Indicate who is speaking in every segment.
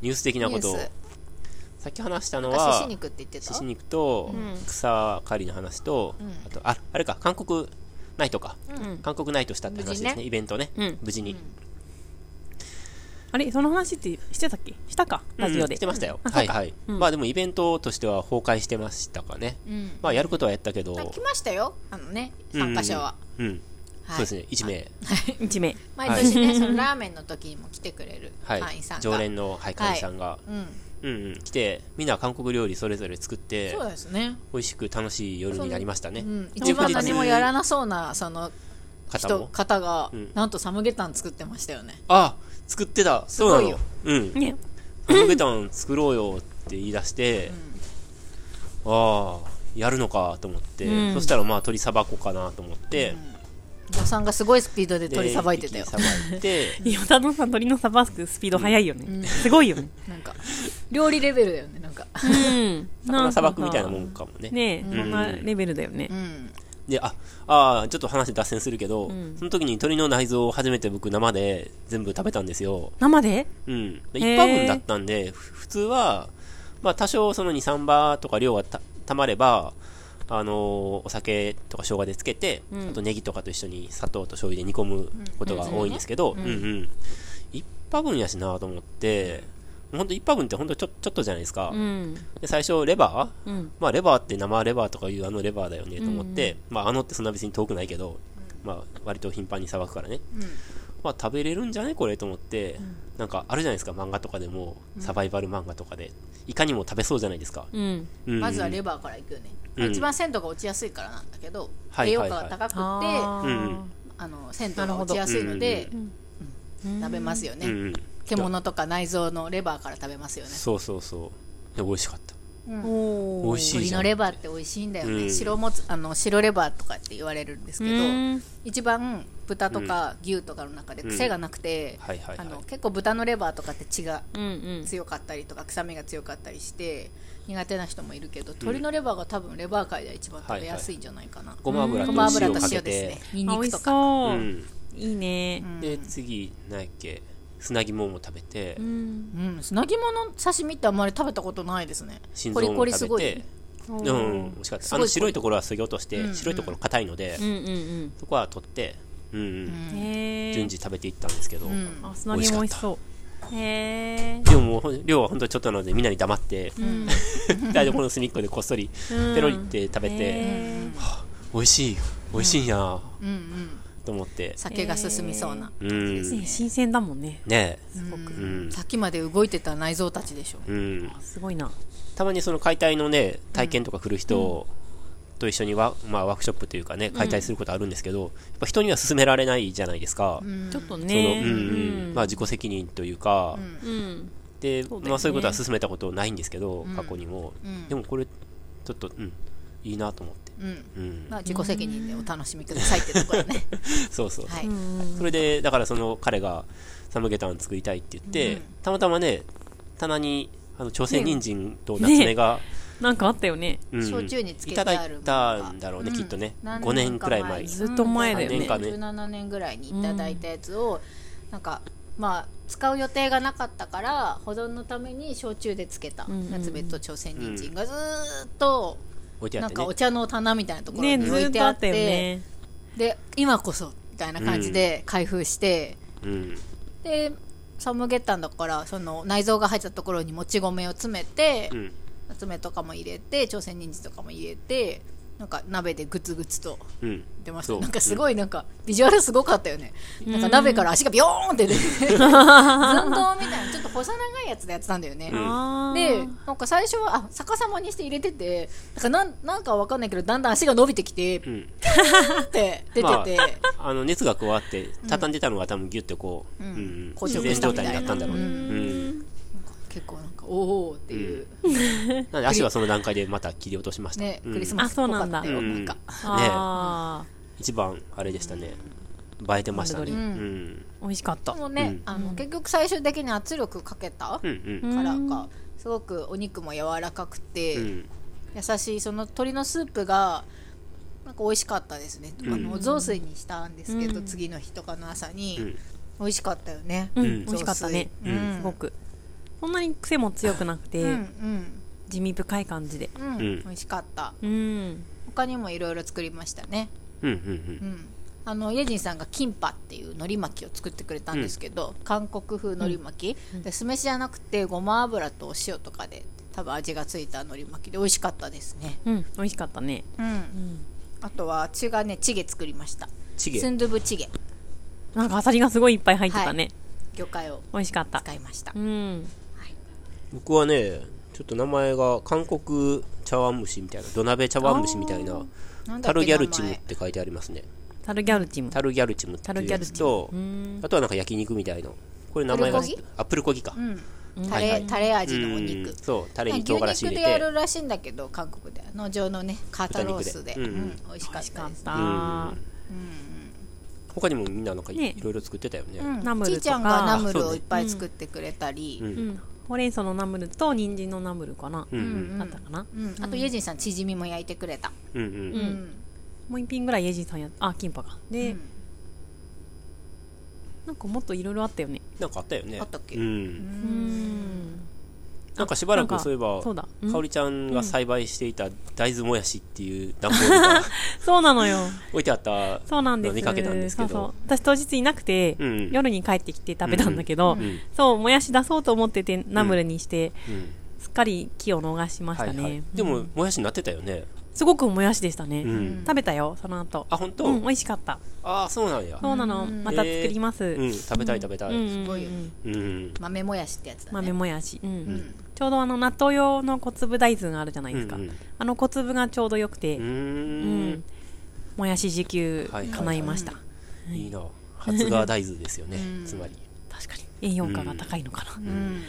Speaker 1: ニュース的なことを
Speaker 2: ニュース
Speaker 1: さっき話したの
Speaker 2: なんか
Speaker 1: は
Speaker 2: 獅子肉って言ってた
Speaker 1: 獅子肉と
Speaker 2: うん
Speaker 1: 草刈りの話と、
Speaker 2: うん
Speaker 1: あとああれか韓国ナイトか、
Speaker 2: うん
Speaker 1: 韓国ナイトしたって話ですね
Speaker 2: 無事ね
Speaker 1: イベントね、
Speaker 3: うん
Speaker 1: 無事に、
Speaker 3: あれその話ってしてたっけしたかラジオ
Speaker 1: うん
Speaker 3: で
Speaker 1: してましたよ、
Speaker 3: あ
Speaker 1: は
Speaker 3: そう
Speaker 1: い
Speaker 3: か
Speaker 1: はい、
Speaker 3: うん
Speaker 1: まあでもイベントとしては崩壊してましたかね、
Speaker 2: うん
Speaker 1: まあやることはやったけど
Speaker 2: あ来ましたよあのね参加者は、
Speaker 1: うん、
Speaker 2: はい
Speaker 1: そうですね1名
Speaker 3: 一名
Speaker 2: 毎年ね、そのラーメンの時にも来てくれる
Speaker 1: はい、
Speaker 2: 会員さんが、
Speaker 1: 常連の、はい、会員さんが、
Speaker 2: うん
Speaker 1: うんうん、来てみんな韓国料理それぞれ作って
Speaker 2: そうですね、
Speaker 1: 美味しく楽しい夜になりました
Speaker 2: う
Speaker 1: ね、
Speaker 2: ん、
Speaker 3: 当に
Speaker 2: 一番何もやらなそうなその
Speaker 1: 方
Speaker 2: 人
Speaker 1: も
Speaker 2: 方が、
Speaker 1: うん
Speaker 2: なんとサムゲタン作ってましたよね
Speaker 1: あ作ってた
Speaker 2: すご
Speaker 1: そう
Speaker 2: い
Speaker 1: な
Speaker 2: よ
Speaker 1: のうん
Speaker 3: ね
Speaker 1: サムゲタン作ろうよって言い出して、ああやるのかと思って、
Speaker 3: うん
Speaker 1: そしたらまあ鶏さばこうかなと思って、
Speaker 2: おさんがすごいスピードで
Speaker 1: で
Speaker 2: 鳥さばいてたよ
Speaker 1: 一気にさばいて
Speaker 3: 与田のさん鳥のさばすスピード速いよね、すごいよね
Speaker 2: なんか料理レベルだよねなんか
Speaker 3: うん
Speaker 1: 魚砂漠みたいなもんかもね
Speaker 3: ねえ、
Speaker 1: ん
Speaker 3: そんなレベルだよね
Speaker 2: う、ん
Speaker 1: でああーちょっと話脱線するけど、
Speaker 3: ん
Speaker 1: その時に鶏の内臓を初めて僕生で全部食べたんですよ、
Speaker 3: 生で
Speaker 1: うん、で
Speaker 3: へー
Speaker 1: 1羽分だったんでふ普通は、まあ、多少その23羽とか量がたたまればあのーお酒とか生姜でつけて、
Speaker 3: うん
Speaker 1: あとネギとかと一緒に砂糖と醤油で煮込むことが多いんですけど、うんうん1羽分やしなと思って本当1羽分って本当ちょちょっとじゃないですか、
Speaker 3: うん
Speaker 1: で最初レバー
Speaker 3: うん
Speaker 1: まあ、レバーって生レバーとかいうあのレバーだよねと思って、まあ、あのってそんな別に遠くないけど、まあ、割と頻繁にさばくからね、まあ、食べれるんじゃねこれと思って、なんかあるじゃないですか漫画とかでもサバイバル漫画とかでいかにも食べそうじゃないですか、
Speaker 3: うん
Speaker 1: うん
Speaker 2: まずはレバーからいくよね、
Speaker 1: うん
Speaker 2: 一番鮮度が落ちやすいからなんだけど、
Speaker 1: はい
Speaker 2: 栄養価が高くてあ
Speaker 3: あー
Speaker 1: うん
Speaker 2: の鮮度が落ちやすいので、うん食べますよね、
Speaker 1: うんうん
Speaker 2: 獣とか内臓のレバーから食べますよね
Speaker 1: そうそうそうで美味しかった
Speaker 3: おー
Speaker 1: 美味しい
Speaker 2: 鳥
Speaker 1: じゃ
Speaker 2: の
Speaker 1: ん
Speaker 2: レバーって美味しいんだよね、
Speaker 1: うん
Speaker 2: 白もつあの白レバーとかって言われるんですけど、
Speaker 3: うん
Speaker 2: 一番豚とか牛とかの中で癖がなくて、
Speaker 1: はいはいは
Speaker 2: あ
Speaker 1: い
Speaker 2: の結構豚のレバーとかって血が
Speaker 3: うんうん
Speaker 2: 強かったりとか臭みが強かったりして苦手な人もいるけど鶏のレバーが多分レバー界では一番食べやすいんじゃないかな、
Speaker 1: ごま油と
Speaker 2: ごま油
Speaker 1: 塩
Speaker 2: と
Speaker 1: かけ
Speaker 2: 塩で
Speaker 1: て
Speaker 2: すねにん
Speaker 3: あ
Speaker 2: に
Speaker 3: 美味
Speaker 2: く
Speaker 3: し
Speaker 2: とか
Speaker 3: そう、
Speaker 1: うん
Speaker 3: いいね
Speaker 1: で次何やっけ砂肝も食べて、
Speaker 3: うん
Speaker 2: うん砂肝の刺身ってあんまり食べたことないですね
Speaker 1: 心
Speaker 2: コ
Speaker 1: 臓
Speaker 2: リコ
Speaker 1: も
Speaker 2: リす
Speaker 1: 食
Speaker 2: ご
Speaker 1: べ
Speaker 2: い
Speaker 1: て
Speaker 3: うん
Speaker 1: うん、美味しかったあの白いところは削ぎ落として、
Speaker 2: うんうん
Speaker 1: 白いところ硬いので、
Speaker 3: うんうん
Speaker 1: そこは取って、うんうん
Speaker 3: うんへえ
Speaker 1: 順次食べていったんですけど、
Speaker 2: うん
Speaker 3: あ砂肝美味しそうへえ
Speaker 1: でももうほん量は本当ちょっとなのでみんなに黙って、
Speaker 3: ん
Speaker 1: 台所の隅っこでこっそりペロリって食べて、美味しい美味しいんやー
Speaker 2: うんうん
Speaker 1: と思って、
Speaker 2: 酒が進みそうな、
Speaker 1: うんね
Speaker 3: 新鮮だもんね
Speaker 1: え
Speaker 3: すごく、
Speaker 1: うん
Speaker 2: さっきまで動いてた内臓たちでしょ
Speaker 1: うん
Speaker 3: すごいな
Speaker 1: たまにその解体のね体験とか来る人と一緒にワ,、まあ、ワークショップというかね解体することあるんですけど、やっぱ人には勧められないじゃないですか、
Speaker 3: ちょっと
Speaker 1: その
Speaker 3: ね
Speaker 1: うんうんまあ、自己責任というか、
Speaker 3: うん
Speaker 1: で
Speaker 3: そうだよね
Speaker 1: まあ、そういうことは進めたことないんですけど、過去にも、
Speaker 2: ん
Speaker 1: でもこれちょっと、うん、いいなと思って、
Speaker 2: うん
Speaker 1: うん
Speaker 2: まあ、自己責任でお楽しみくださいってとこ ろね
Speaker 1: そうそう、
Speaker 2: はい、
Speaker 1: それでだからその彼がサムゲタン作りたいって言って、たまたまね棚にあの朝鮮人参とナツメが、
Speaker 3: なんかあったよね
Speaker 1: うん
Speaker 2: 焼酎につけ
Speaker 1: い
Speaker 2: て
Speaker 1: ただ
Speaker 2: ある
Speaker 1: いたんだろうね、きっとね5年くらい前
Speaker 3: ずっと前だよね
Speaker 1: 何年かね
Speaker 2: 17年ぐらいにいただいたやつを、なんかまあ使う予定がなかったから保存のために焼酎でつけた
Speaker 3: んうん
Speaker 2: 夏別と朝鮮人参がずーっと、
Speaker 1: 置いてあ
Speaker 2: な
Speaker 1: っ
Speaker 2: ん
Speaker 1: て
Speaker 2: か
Speaker 1: ね
Speaker 2: お茶の棚みたいなところ
Speaker 3: ね
Speaker 2: に
Speaker 3: ず
Speaker 2: 置
Speaker 3: ー
Speaker 2: い
Speaker 3: ってと
Speaker 2: あ
Speaker 3: あ
Speaker 2: っ
Speaker 3: ったよ
Speaker 2: て、
Speaker 3: ね
Speaker 2: で今こそみたいな感じで開封して、
Speaker 1: うん
Speaker 2: でサムゲタンだからその内臓が入ったところにもち米を詰めて、
Speaker 1: うん
Speaker 2: 夏目とかも入れて朝鮮人参とかも入れてなんか鍋でグツグツと
Speaker 1: うん
Speaker 2: 出ました
Speaker 1: そう
Speaker 2: なんかすごいなんかビジュアルすごかったよねなんか鍋から足がビヨーンって出て寸胴みたいなちょっと細長いやつでやってたんだよね、
Speaker 1: うん
Speaker 3: あー
Speaker 2: でなんか最初はあ逆さまにして入れててなんかなんなんかわかんないけどだんだん足が伸びてきて
Speaker 1: う
Speaker 2: ピ
Speaker 1: ん
Speaker 2: ュって出てて、
Speaker 1: まあ、あの熱が加わって畳んでたのが多分ギュッてこう、うんうん
Speaker 2: 硬
Speaker 1: 自
Speaker 2: 直
Speaker 1: 然
Speaker 2: した
Speaker 1: 状
Speaker 2: みたい
Speaker 1: 態
Speaker 2: な
Speaker 1: になったんだろうね、
Speaker 2: う
Speaker 1: うん
Speaker 2: 結構なんかおおっていう、
Speaker 1: なので足はその段階でまた切り落としました、
Speaker 2: ね
Speaker 1: うん
Speaker 2: クリスマスっぽかったよ、
Speaker 1: うん
Speaker 2: なんか
Speaker 3: あ
Speaker 1: 一番あれでしたね映えてましたね、
Speaker 3: う
Speaker 1: うんん、
Speaker 3: ー美味しかった
Speaker 2: でもね、
Speaker 1: うん
Speaker 2: あの結局最終的に圧力かけた
Speaker 1: うんう
Speaker 2: か
Speaker 1: ん
Speaker 2: らかすごくお肉も柔らかくて、
Speaker 1: うん
Speaker 2: 優しいその鶏のスープがなんか美味しかったですね、
Speaker 1: ん
Speaker 2: あのお雑炊にしたんですけど、次の日とかの朝に、
Speaker 1: うん
Speaker 2: 美味しかったよね、
Speaker 3: うん
Speaker 1: うん
Speaker 3: 美味しかったね
Speaker 2: 雑炊うん
Speaker 3: すごくそんなに癖も強くなくて、
Speaker 2: うんうん
Speaker 3: 地味深い感じで
Speaker 2: うん、
Speaker 1: うん
Speaker 2: 美味しかった
Speaker 3: うん
Speaker 2: 他にもいろいろ作りましたね
Speaker 1: うんうん
Speaker 2: うんあのイェジンさんがキンパっていう海苔巻きを作ってくれたんですけど、韓国風海苔巻き、で酢飯じゃなくてごま油とお塩とかで多分味がついた海苔巻きで美味しかったですね、
Speaker 3: うん美味しかったね
Speaker 2: うん、あとは私がねチゲ作りました
Speaker 1: チゲ
Speaker 2: スンドゥブチゲ
Speaker 3: なんかアサリがすごいいっぱい入ってたね、
Speaker 2: 魚介を
Speaker 3: 美味しかった
Speaker 2: 使いました
Speaker 3: うん
Speaker 1: 僕はねちょっと名前が韓国茶碗蒸しみたいな土鍋茶碗蒸しみたいな
Speaker 2: なん
Speaker 1: タ
Speaker 2: だっけ
Speaker 1: ルギャルチ
Speaker 2: 名
Speaker 1: ムっ
Speaker 2: 前
Speaker 1: て書いてありますね
Speaker 3: タルギャルチム
Speaker 1: タルギャルチムって
Speaker 3: タル
Speaker 1: いう
Speaker 3: ギャ
Speaker 1: や
Speaker 3: ル
Speaker 1: つ
Speaker 3: チム
Speaker 1: と
Speaker 3: うん
Speaker 1: あとはなんか焼肉みたいなこれ名前が
Speaker 2: プルコギ
Speaker 1: あプルコギか、
Speaker 2: うんタ
Speaker 1: は
Speaker 2: レ、
Speaker 1: いはい
Speaker 2: タレ味のお
Speaker 1: う
Speaker 2: 肉
Speaker 1: ん、そうタレ
Speaker 2: 牛
Speaker 1: に唐辛子
Speaker 2: 肉
Speaker 1: 入
Speaker 2: で
Speaker 1: れ
Speaker 2: や
Speaker 1: て
Speaker 2: るらしいんだけど韓国では農場のね肩ロースで
Speaker 1: 豚肉でうん
Speaker 2: うん美味しかったです
Speaker 3: だ
Speaker 1: うんうんう
Speaker 3: ー
Speaker 1: ん他にもみんななんかい,、
Speaker 3: ね
Speaker 1: ろいろ作ってたよね、
Speaker 2: うん
Speaker 3: ナムル
Speaker 2: ち
Speaker 3: とか
Speaker 2: いちゃんがナムル
Speaker 1: そう
Speaker 2: を
Speaker 1: ね
Speaker 2: いっぱい作ってくれたり、
Speaker 1: う
Speaker 2: うんん
Speaker 3: うんほうれん草のナムルと人参のナムルかな、
Speaker 1: うんうん
Speaker 3: だったかな、
Speaker 2: あとイェジンさんチヂミも焼いてくれた、
Speaker 1: うんう
Speaker 2: うんん
Speaker 3: もう一品ぐらいイェジンさんやあキンパかで、
Speaker 2: うん
Speaker 3: なんかもっといろいろあったよね
Speaker 1: なんかあったよね
Speaker 2: あったっけ
Speaker 1: う、
Speaker 2: うんん
Speaker 1: なんかしばら
Speaker 3: な
Speaker 1: く
Speaker 3: んか
Speaker 1: そういえば
Speaker 3: そうだうん
Speaker 1: かおりちゃんが栽培していた大豆もやしっていう段ボールが
Speaker 3: そうなのよ
Speaker 1: 置いてあった
Speaker 3: そうなんです
Speaker 1: 見かけたんですけど
Speaker 3: そうそう私当日いなくて、
Speaker 1: うんうん
Speaker 3: 夜に帰ってきて食べたんだけど、
Speaker 1: うんうん
Speaker 3: そうもやし出そうと思っててナムルにして、
Speaker 1: うん
Speaker 3: すっかり気を逃しました
Speaker 1: は
Speaker 3: ね、
Speaker 1: いはい、で
Speaker 3: う
Speaker 1: も
Speaker 3: ん
Speaker 1: もやしになってたよね
Speaker 3: すごくもやしでしたね、
Speaker 1: うん、
Speaker 3: 食べたよその後
Speaker 1: あ本当、
Speaker 3: うん美味しかった
Speaker 1: ああそうなんや
Speaker 3: そうなの、
Speaker 2: うん
Speaker 3: また作ります、
Speaker 1: うん、食べたい食べたい、
Speaker 3: うん
Speaker 2: すごいよね
Speaker 1: うん
Speaker 2: 豆もやしってやつだね
Speaker 3: 豆もやし、うん
Speaker 2: ん
Speaker 3: ちょうどあの納豆用の小粒大豆があるじゃないですか、
Speaker 1: うんうん
Speaker 3: あの小粒がちょうどよくて、
Speaker 1: うー
Speaker 3: うん
Speaker 1: ん
Speaker 3: もやし時給
Speaker 1: はいはい
Speaker 3: 叶いました、
Speaker 1: いいな発芽大豆ですよね、
Speaker 2: うん
Speaker 1: つまり
Speaker 3: 確かに栄養価が高いのかな、
Speaker 2: うん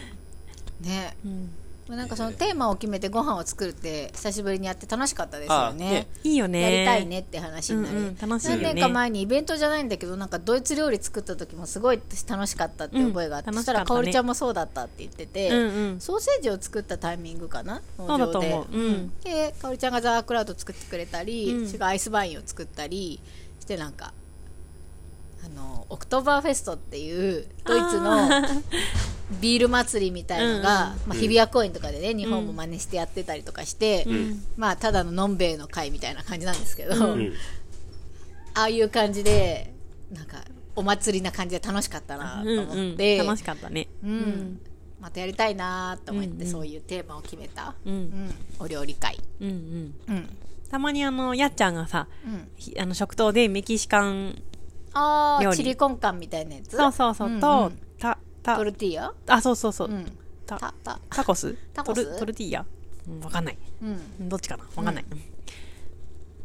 Speaker 2: ね
Speaker 3: うん
Speaker 2: まあなんかそのテーマを決めてご飯を作るって久しぶりにやって楽しかったです
Speaker 1: あ
Speaker 2: よね
Speaker 1: ね
Speaker 3: いいよね
Speaker 2: やりたいねって話になり、
Speaker 3: うんうん楽しいよね
Speaker 2: 何年か前にイベントじゃないんだけどなんかドイツ料理作った時もすごい私楽しかったって覚えがあって、
Speaker 3: うん
Speaker 2: そしたら
Speaker 3: 楽しか
Speaker 2: か
Speaker 3: ったね
Speaker 2: おりちゃんもそうだったって言ってて、
Speaker 3: うんうん
Speaker 2: ソーセージを作ったタイミングかな
Speaker 3: そうだと
Speaker 2: 農
Speaker 3: 思
Speaker 2: 場
Speaker 3: う、うん、
Speaker 2: でかおりちゃんがザークラウド作ってくれたり、
Speaker 3: うん
Speaker 2: 私がアイスバインを作ったりしてなんかあのオクトーバーフェストっていうドイツの ビール祭りみたいのが、まあ、日比谷公園とかでね、日本も真似してやってたりとかして、まあただののんべえの会みたいな感じなんですけど、
Speaker 1: うん
Speaker 2: ああいう感じでなんかお祭りな感じで楽しかったなと思っ
Speaker 3: う
Speaker 2: て、
Speaker 3: んうん、楽しかったね
Speaker 2: うんまたやりたいなと思って、
Speaker 3: うんうん
Speaker 2: そういうテーマを決めた、
Speaker 3: うん
Speaker 2: うんお料理会、
Speaker 3: うんうん
Speaker 2: うん
Speaker 3: たまにあのやっちゃんがさ
Speaker 2: うん、
Speaker 3: ひあの食堂でメキシカン
Speaker 2: あ
Speaker 3: 料
Speaker 2: あ
Speaker 3: 理
Speaker 2: チリコンカンみたいなやつ
Speaker 3: そうそうそう、
Speaker 2: ん
Speaker 3: と
Speaker 2: ん
Speaker 3: たた
Speaker 2: トルティーヤ
Speaker 3: あそうそうそう、
Speaker 2: うん
Speaker 3: た
Speaker 2: たた
Speaker 3: タコス
Speaker 2: タコス
Speaker 3: トルトルティーヤ、うん、わかんない
Speaker 2: うん
Speaker 3: どっちかなわかんない、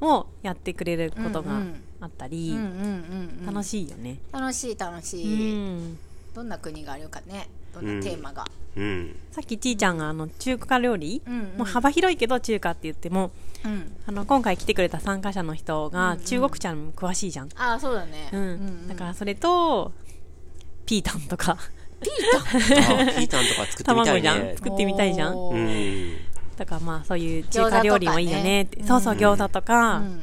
Speaker 3: をやってくれること
Speaker 2: う
Speaker 3: が
Speaker 2: んうん
Speaker 3: あったり、
Speaker 2: うんうんうんうん
Speaker 3: 楽しいよね、
Speaker 2: 楽しい楽し
Speaker 3: うん
Speaker 2: い、どんな国があるかねどんなテーマが、
Speaker 1: うん
Speaker 3: さっきちーちゃんがあの中華料理、
Speaker 2: うんうん
Speaker 3: もう幅広いけど中華って言っても
Speaker 2: うん
Speaker 3: あの今回来てくれた参加者の人が中国茶に詳しいじゃん、
Speaker 2: ああそうだね、
Speaker 3: うんだからそれとピータンと
Speaker 1: あ
Speaker 3: か
Speaker 1: ピータンとか作ってみた
Speaker 3: 卵
Speaker 1: い
Speaker 3: じゃん
Speaker 1: ね
Speaker 3: 作ってみたいじゃん
Speaker 2: お
Speaker 1: う
Speaker 2: ー
Speaker 1: ん
Speaker 3: だからまあそういう中華料理もいいよねってそうそう餃子とか、
Speaker 2: うん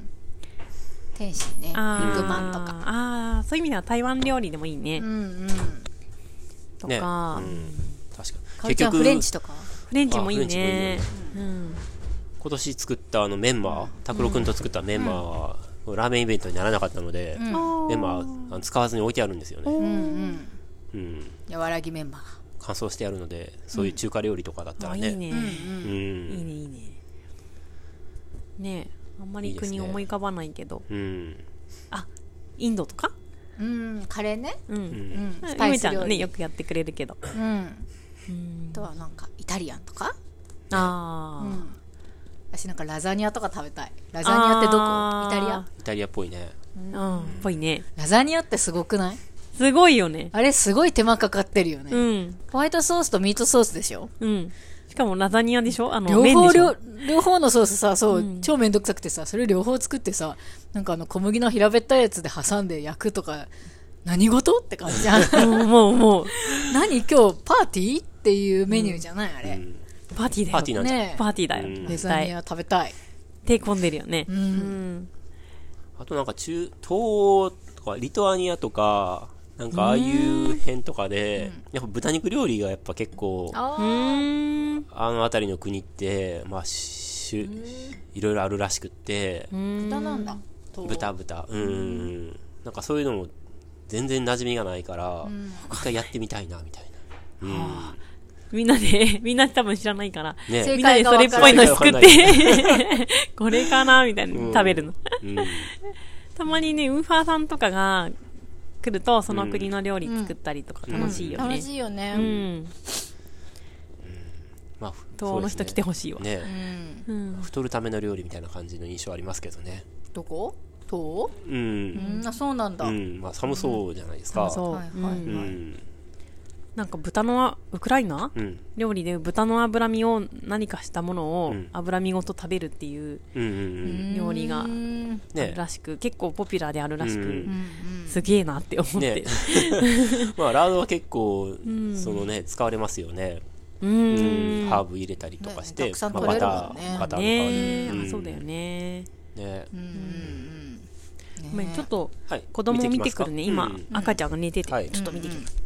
Speaker 2: 天使ねビ
Speaker 3: あー
Speaker 2: ッグマンとか
Speaker 3: あーそういう意味では台湾料理でもいいね、
Speaker 2: うんうん
Speaker 3: と
Speaker 1: ねう
Speaker 3: か、
Speaker 1: ん、確か
Speaker 2: かお
Speaker 1: に
Speaker 2: りちゃんフレンチとか
Speaker 3: フレンチもいい
Speaker 1: あフレ
Speaker 3: ね
Speaker 1: ンチ
Speaker 3: うん
Speaker 1: 今年作ったあのメンマ拓郎君と作ったメンマは、ラーメンイベントにならなかったので、メンマはあの使わずに置いてあるんですよね、
Speaker 2: うんうん
Speaker 1: うん、
Speaker 2: 和らぎメンバー
Speaker 1: 乾燥してあるのでそういう中華料理とかだった
Speaker 3: あ
Speaker 1: ら
Speaker 3: い
Speaker 1: ね、
Speaker 3: いね、
Speaker 1: うん
Speaker 3: いいねいいねねえあんま
Speaker 1: い
Speaker 3: り
Speaker 1: いですね
Speaker 3: 国思い浮かばないけど
Speaker 1: うん
Speaker 3: あインドとか
Speaker 2: がうんカレーね
Speaker 3: うん、
Speaker 2: うん
Speaker 3: まあ
Speaker 2: スパイ
Speaker 3: 梅
Speaker 2: ス
Speaker 3: ちゃん
Speaker 2: 料
Speaker 3: がね
Speaker 2: 理
Speaker 3: よくやってくれるけど
Speaker 2: うん
Speaker 3: うん
Speaker 2: あとはなんかイタリアンとか
Speaker 3: あ
Speaker 2: う
Speaker 3: ー、
Speaker 2: ん私なんかラザニアとか食べたいラザニアってどこ
Speaker 3: あー
Speaker 2: イタリア
Speaker 1: イタリアっぽいね
Speaker 3: うんっぽいね
Speaker 2: ラザニアってすごくない
Speaker 3: すごいよね
Speaker 2: あれすごい手間かかってるよね、
Speaker 3: うん
Speaker 2: ホワイトソースとミートソースでしょ
Speaker 3: うんしかもラザニアでしょあの
Speaker 2: 両
Speaker 3: 麺
Speaker 2: 方
Speaker 3: でしょ
Speaker 2: 両両方のソースさそう、超めんどくさくてさそれ両方作ってさなんかあの小麦の平べったいやつで挟んで焼くとか何事って感じじゃん
Speaker 3: うんもうもう
Speaker 2: 何今日パーティーっていうメニューじゃないあれ、
Speaker 3: パーティーだよ
Speaker 1: パーティーなんじゃん、
Speaker 2: ねえ
Speaker 3: パーティーだよ、
Speaker 1: うん
Speaker 2: デ
Speaker 3: 絶
Speaker 2: ザニ
Speaker 3: 対
Speaker 2: ア食べたい
Speaker 3: 手込んでるよねうん、
Speaker 2: ん
Speaker 1: あとなんか中東欧とかリトアニアとかなんかああいう辺とかで、やっぱ豚肉料理がやっぱ結構、
Speaker 3: う
Speaker 2: あ
Speaker 3: ーん
Speaker 1: あの辺りの国って、まあ、しゅいろいろあるらしくって、
Speaker 2: あ豚なんだ
Speaker 1: 豚豚、うん。なんかそういうのも全然馴染みがないから、一回やってみたいな、みたいな。うん。
Speaker 3: みんなで みんな多分知らないから
Speaker 1: ね
Speaker 2: 正
Speaker 3: みんなでそれっぽいの作っ
Speaker 1: 正
Speaker 3: て これかなみたいな食べるの
Speaker 1: うん。
Speaker 3: たまにねウーファーさんとかが来るとその国の料理作ったりとか楽しいよ
Speaker 2: 楽
Speaker 3: ね
Speaker 2: しいよね
Speaker 3: う。ん
Speaker 1: まあ、ふ
Speaker 3: 東欧の人来てほしい
Speaker 1: そ
Speaker 3: わ
Speaker 1: うですねね、
Speaker 2: うん
Speaker 3: うん
Speaker 1: 太るための料理みたいな感じの印象ありますけどね。
Speaker 2: どこ？と？
Speaker 1: うん。
Speaker 2: うん、あ、そうなんだ。
Speaker 1: う。
Speaker 2: うん
Speaker 1: まあ、寒そうじゃないですか。
Speaker 3: そう
Speaker 2: はいはい
Speaker 3: うん
Speaker 1: う
Speaker 2: は
Speaker 1: ん。
Speaker 3: なんか豚のウクライナ
Speaker 1: うん。
Speaker 3: 料理で豚の脂身を何かしたもの
Speaker 1: う
Speaker 3: を
Speaker 1: ん
Speaker 3: 脂身ごと食べるっていう
Speaker 1: うん。うん。
Speaker 3: 料理が
Speaker 2: ん
Speaker 1: ね
Speaker 3: らしく結構ポピュラーであるらし
Speaker 1: う
Speaker 3: く
Speaker 1: ん
Speaker 3: すげえなって思って
Speaker 1: ね まあ、ラードは結構、そのね、使われますよね。
Speaker 3: う
Speaker 1: うん
Speaker 3: ん
Speaker 1: ハーブ入れたりとかして、
Speaker 2: ねたくさん
Speaker 1: まあ
Speaker 2: 取れ
Speaker 1: バ
Speaker 2: る
Speaker 1: タ
Speaker 2: もんね
Speaker 1: ー、バターの代わ
Speaker 3: ねえ
Speaker 1: りに。ん
Speaker 3: そうだよね
Speaker 1: ね
Speaker 2: うんうんうん。
Speaker 3: ごめんちょっと
Speaker 1: はい。
Speaker 3: 子供を見て
Speaker 1: ますか
Speaker 3: くるね今
Speaker 1: うん
Speaker 3: 赤ちゃんが寝てて
Speaker 1: はい
Speaker 3: ちょっと見てきます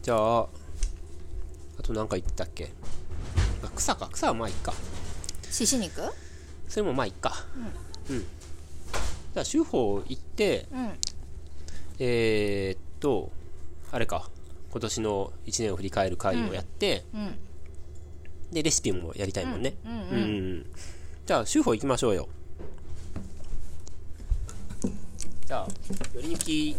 Speaker 1: じゃあ、あと何か言ってたっけあ草か。草はまあいいか。
Speaker 2: 獅子肉？
Speaker 1: それもまあいいか。うん。じゃあ、手法行って、
Speaker 2: うん。
Speaker 1: えー、っと、あれか。今年の1年を振り返る会をやって、
Speaker 2: うん。
Speaker 1: で、レシピもやりたいもんね。
Speaker 2: うん
Speaker 1: うん。じゃあ、手法行きましょうよ。じゃあ、寄り抜き